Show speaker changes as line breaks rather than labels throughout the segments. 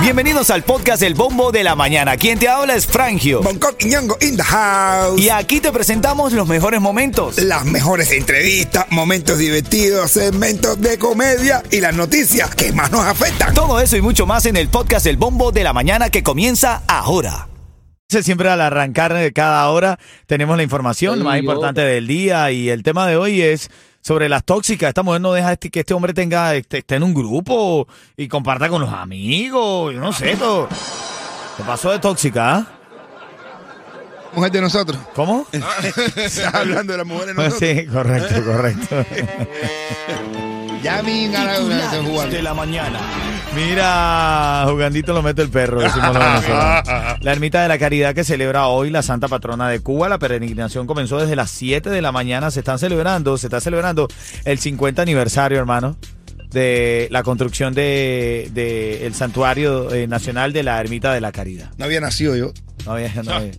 Bienvenidos al podcast El Bombo de la Mañana. Quien te habla es Frangio.
Bangkok y Ñongo in the house.
Y aquí te presentamos los mejores momentos.
Las mejores entrevistas, momentos divertidos, segmentos de comedia y las noticias que más nos afectan.
Todo eso y mucho más en el podcast El Bombo de la Mañana que comienza ahora. Siempre al arrancar de cada hora tenemos la información
Ay,
más
yo.
importante del día y el tema de hoy es sobre las tóxicas. Esta mujer no deja este- que este hombre tenga este- esté en un grupo y comparta con los amigos. Yo no sé, todo. ¿Qué pasó de tóxica? ah?
Mujer de nosotros.
¿Cómo?
Estás hablando de las mujeres de
Pues
nosotros.
sí, correcto, correcto.
Ya mi ganadora
de la mañana. Mira, jugandito lo mete el perro, decimos los venezolanos. La ermita de la caridad que celebra hoy la Santa Patrona de Cuba. La peregrinación comenzó desde las 7 de la mañana. Se están celebrando, se está celebrando el 50 aniversario, hermano, de la construcción de, de el santuario eh, nacional de la ermita de la caridad.
No había nacido yo.
No había, no había.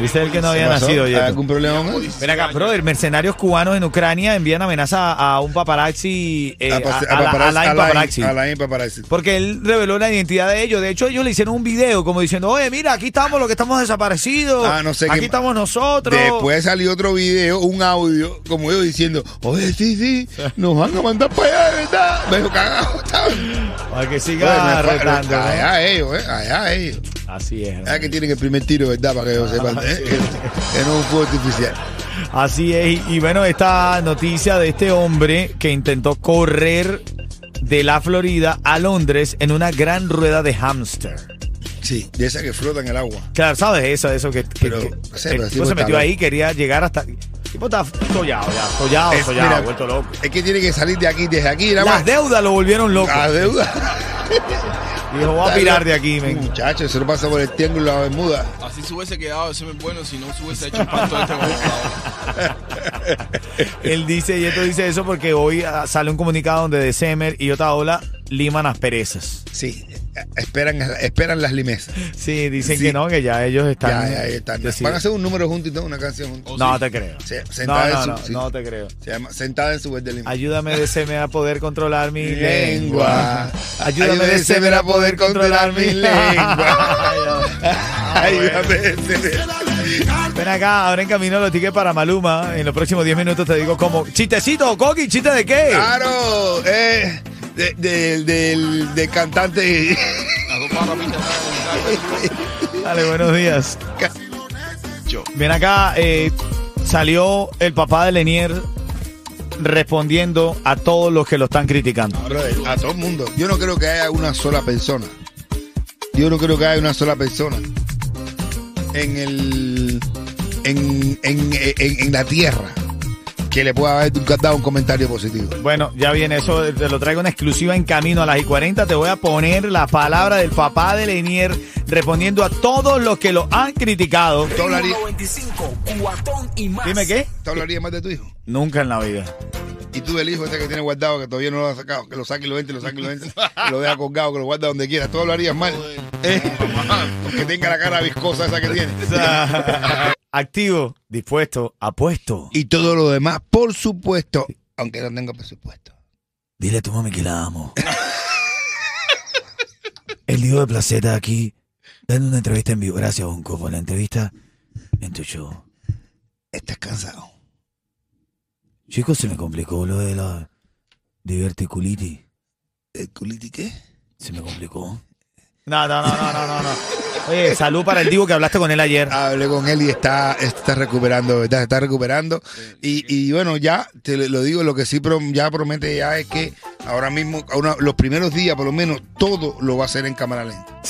Dice él que no había nacido.
¿Hay
Yeto.
algún problema con él?
Ven acá, brother, mercenarios cubanos en Ucrania envían amenaza a un paparazzi, eh, a, a la- a Alain paparazzi.
Alain paparazzi.
Porque él reveló la identidad de ellos. De hecho, ellos le hicieron un video como diciendo, oye, mira, aquí estamos los que estamos desaparecidos.
Ah, no sé
aquí
qué-
estamos nosotros.
Después salió otro video, un audio, como yo diciendo, oye, sí, sí, nos van a mandar para allá, de ¿verdad? Me dijo, cagado, estaban.
Para que siga
Bueno,
retando. ¿no?
allá ellos, eh, allá ellos.
Así es. hermano.
Ah, que tienen el primer tiro, ¿verdad? Para
Ah,
que lo sepan. ¿eh? Que, que no es un fuego artificial.
Así es. Y, y bueno, esta noticia de este hombre que intentó correr de la Florida a Londres en una gran rueda de hámster.
Sí, de esa que flota en el agua.
Claro, sabes eso, eso que, que-
Pero,
que-
o sea,
el
pero
tipo
el tipo
se metió
está
ahí,
loco.
quería llegar hasta. El tipo está sollado ya, sollado,
Es-
sollado,
mira,
vuelto loco.
Es que tiene que salir de aquí, desde aquí, nada
Las
más. Ah,
deudas lo volvieron loco.
La deuda.
Dijo, voy a pirar de aquí, men.
Muchachos, eso no pasa por el triángulo de la Bermuda.
Así se hubiese quedado, ese es bueno, si no se hubiese hecho tanto este gobernador.
Él dice, y esto dice eso porque hoy ah, sale un comunicado donde de Semer y Otaola liman las perezas.
Sí, esperan, esperan las limesas.
Sí, dicen
Sí.
que no, que ya ellos están.
Ya, ya, ya están.
decididos.
Van a hacer un número juntos y todo, una canción juntos.
Oh,
No
sí.
te creo.
Se-
No,
sentada
no,
en
no,
su- sí.
no te creo.
Se llama Sentada en su verde lima.
Ayúdame de Semer a poder controlar mi lengua.
lengua.
Ayúdame de Semer a poder controlar mi lengua.
Ayúdame.
Ven acá, ahora en camino los tickets para Maluma. En los próximos 10 minutos te digo como chistecito, Coqui, chiste de qué.
Claro, eh, de- de- del, del cantante.
Las dos barras pintas están en el carro.
Dale, buenos días.
Yo.
Ven acá, eh, salió el papá de Lenier respondiendo a todos los que lo están criticando.
Brother, a todo el mundo. Yo no creo que haya una sola persona. Yo no creo que haya una sola persona en el en, en- en- en la tierra que le pueda haber dado un comentario positivo.
Bueno, ya viene eso, te lo traigo en exclusiva en camino a las y 40. Te voy a poner la palabra del papá de Lenier respondiendo a todos los que lo han criticado.
¿Tú hablarías,
25, cuatón y más.
Dime qué.
tú hablarías más de tu hijo?
Nunca en la vida.
Y tú del hijo ese que tiene guardado, que todavía no lo ha sacado, que lo saque y lo vente, lo saque y lo vente, que lo deja colgado, que lo guarda donde quiera. Tú hablarías mal. ¿Eh? Que tenga la cara viscosa esa que tiene.
Activo, dispuesto, apuesto.
Y todo lo demás, por supuesto, aunque no tenga presupuesto.
Dile a tu mami que la amo. El Diego de Placeta aquí, dando una entrevista en vivo. Gracias, Bonco, por la entrevista en tu show.
Estás cansado.
Chicos, se me complicó lo de la diverticulitis.
¿El culiti qué?
Se me complicó. No, no, no, no, no, no. no. Oye, salud para el Divo que hablaste con él ayer.
Hablé con él y está, está recuperando, ¿verdad? Está recuperando. Y, y bueno, ya te lo digo, lo que sí prom- ya promete ya es que ahora mismo, ahora, los primeros días por lo menos, todo lo va a hacer en cámara lenta.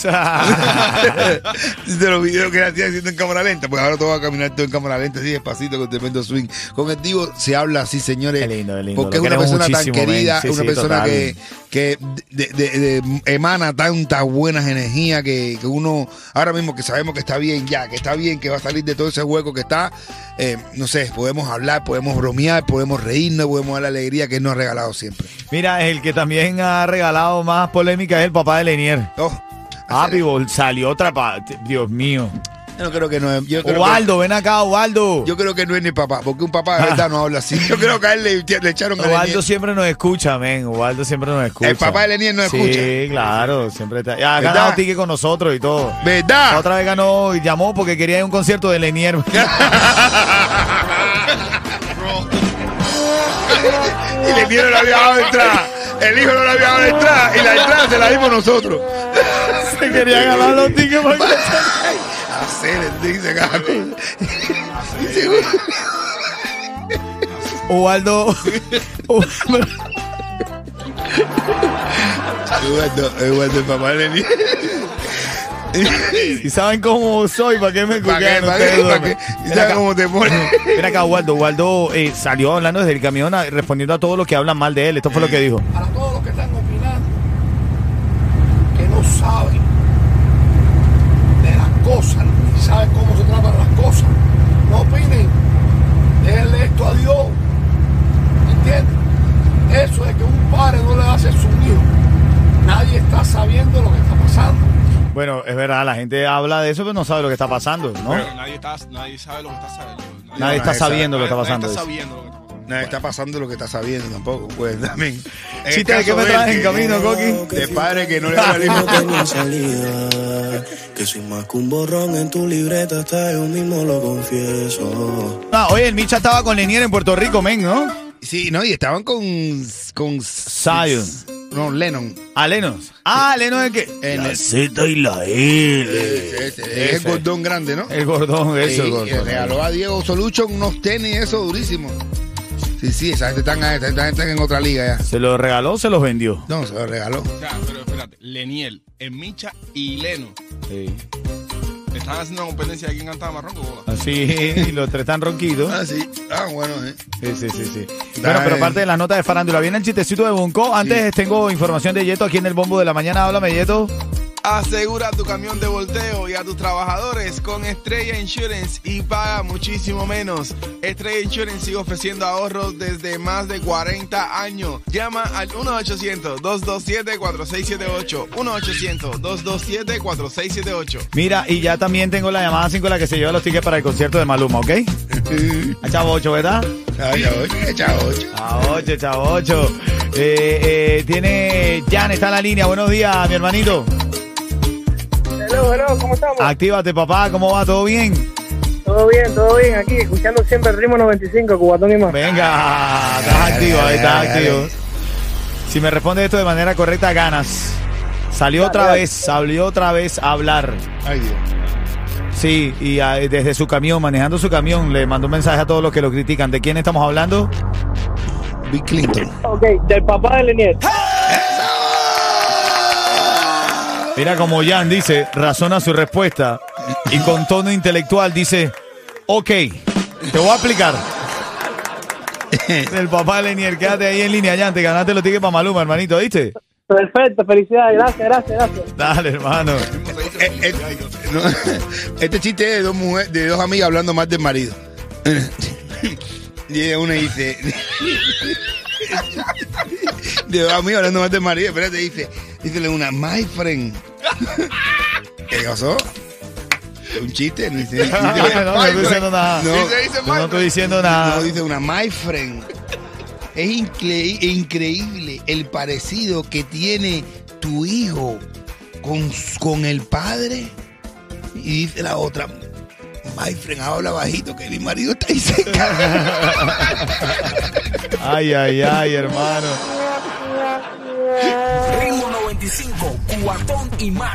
de los videos que él hacía haciendo en cámara lenta, pues ahora todo va a caminar todo en cámara lenta, así despacito, con tremendo swing. Con el Divo se habla así, señores.
Qué lindo, qué lindo.
Porque
Lo
es una
queremos
persona tan
muchísimo,
querida,
men. Sí,
una
sí,
persona
total.
que, que de- de- de- emana tantas buenas energías que, que uno ahora mismo que sabemos que está bien ya, que está bien, que va a salir de todo ese hueco que está, eh, no sé, podemos hablar, podemos bromear, podemos reírnos, podemos dar la alegría que él nos ha regalado siempre.
Mira, el que también ha regalado más polémica es el papá de Lenier.
Oh,
Ah, Pivo, salió otra pa- Dios mío.
Yo no creo que no es. Yo creo que,
Ovaldo, ven acá, Ovaldo.
yo creo que no es ni papá, porque un papá de verdad no habla así. Yo creo que a él le, le echaron a
Ovaldo
Lenier.
siempre nos escucha, men. Ovaldo siempre nos escucha.
El papá de Lenier nos escucha.
Sí, claro, siempre está. Ha
¿Verdad?
ganado ticket con nosotros y todo.
¿Verdad?
Otra vez ganó y llamó porque quería ir a un concierto de Lenier.
Y Lenier no le había dado entrada. El hijo no le había dado entrada. Y la entrada se la dimos nosotros.
Se quería ganar los tickets para el concierto.
Hacer el dice cada cosa. Y seguro-
Ovaldo. Ovaldo.
Eduardo, Eduardo, el papá de Lenier.
Y saben cómo soy, ¿para qué me
¿Para qué?
escuchan
¿Para
ustedes,
qué? ¿Para
hombre?
qué?
Ven
¿Sabes
acá.
cómo te pone?
Ven acá, Waldo. Waldo eh, salió hablando desde el camión, a- respondiendo a todos los que hablan mal de él. Esto fue lo que dijo.
para todos los que están opinando, que no saben de las cosas, ni saben cómo se tratan las cosas, no opinen, déjenle esto a Dios, ¿entiendes? Eso de que un padre no le hace su hijo, nadie está sabiendo lo que está pasando.
Bueno, es verdad, la gente habla de eso, pero no sabe lo que está pasando, ¿no?
Pero nadie, está, nadie sabe lo que está sabiendo. Nadie,
Nadie está
nadie sabe.
sabiendo lo que está pasando.
Nadie
dice.
está sabiendo lo que está pasando.
No, está pasando lo que está sabiendo tampoco, pues también. En el
Chiste de
caso
qué me
de él,
traes en
que-
camino, Coqui.
De padre que no le habla el
no
hijo.
tengo salida. Que soy más que un borrón en tu libreta, hasta yo mismo lo confieso.
Ah, oye, el Micha estaba con Lenier en Puerto Rico, men, ¿no?
Sí, no, y estaban con. con
Zion.
No, Lennon.
A Lenos. Ah, Lenos es que.
En el-
Z y la L.
Ese, ese,
Ese.
es el gordón grande, ¿no?
El gordón, eso,
Sí,
el
que
gordón.
regaló a Diego Solucho unos tenis, eso durísimo. Sí, sí, esa gente están, esa gente están en otra liga ya.
Se los regaló, se los vendió.
No, se lo regaló.
Ya, pero espérate. Leniel, Emicha y Leno.
Sí.
Están haciendo una competencia de quién cantaba más ronco. bola.
Así, y los tres están ronquidos.
Ah, sí. Ah, bueno, eh.
Sí, sí, sí, sí.
Dale.
Bueno, pero parte de las notas de farándula. Viene el chistecito de Bonco. Antes tengo información de Yeto aquí en el bombo de la mañana. Háblame, Yeto.
Asegura tu camión de volteo y a tus trabajadores con Estrella Insurance y paga muchísimo menos. Estrella Insurance sigue ofreciendo ahorros desde más de 40 años. Llama al 1-800-227-4678. 1-800-227-4678.
Mira, y ya también tengo la llamada 5 la que se lleva los tickets para el concierto de Maluma, ¿ok? A chavo 8, ¿verdad?
Ay, chao, chao, chao.
Chavo 8, chavo 8. Eh, tiene. Jan está en la línea. Buenos días, mi hermanito.
Hello, hello, ¿cómo estamos?
Actívate, papá. ¿Cómo va? ¿Todo bien?
Todo bien, todo bien. Aquí, escuchando siempre el ritmo 95, Cubatón y más.
Venga, estás activo, ahí estás activo. Si me respondes esto de manera correcta, ganas. Salió otra vez, salió otra vez a hablar.
Ay, Dios.
Sí, y ah, desde su camión, manejando su camión, le mandó un mensaje a todos los que lo critican. ¿De quién estamos hablando?
Bill Clinton.
Ok, del papá de Lenier.
Mira como Jan dice, razona su respuesta y con tono intelectual dice, ok, te voy a aplicar. El papá de Lenier, quédate ahí en línea, Jan, te ganaste los tickets para Maluma, hermanito, ¿viste?
Perfecto, felicidades, gracias, gracias, gracias.
Dale, hermano.
Eh, eh, no, este chiste es de dos mujeres, de dos amigas hablando más del marido. Y ella una dice. De dos amigas hablando más del marido. Espérate, dice. Dícele una, my friend. ¿Qué pasó? Un chiste, no dice. dice,
No, no, no estoy diciendo nada.
No.
Dice, dice, no estoy diciendo nada.
No, dice una, my friend. Es incre- e increíble el parecido que tiene tu hijo con, con el padre. Y dice la otra, my friend, habla bajito que mi marido está ahí cerca.
Ay, ay, ay, hermano.
Ritmo 95, cuatón y más.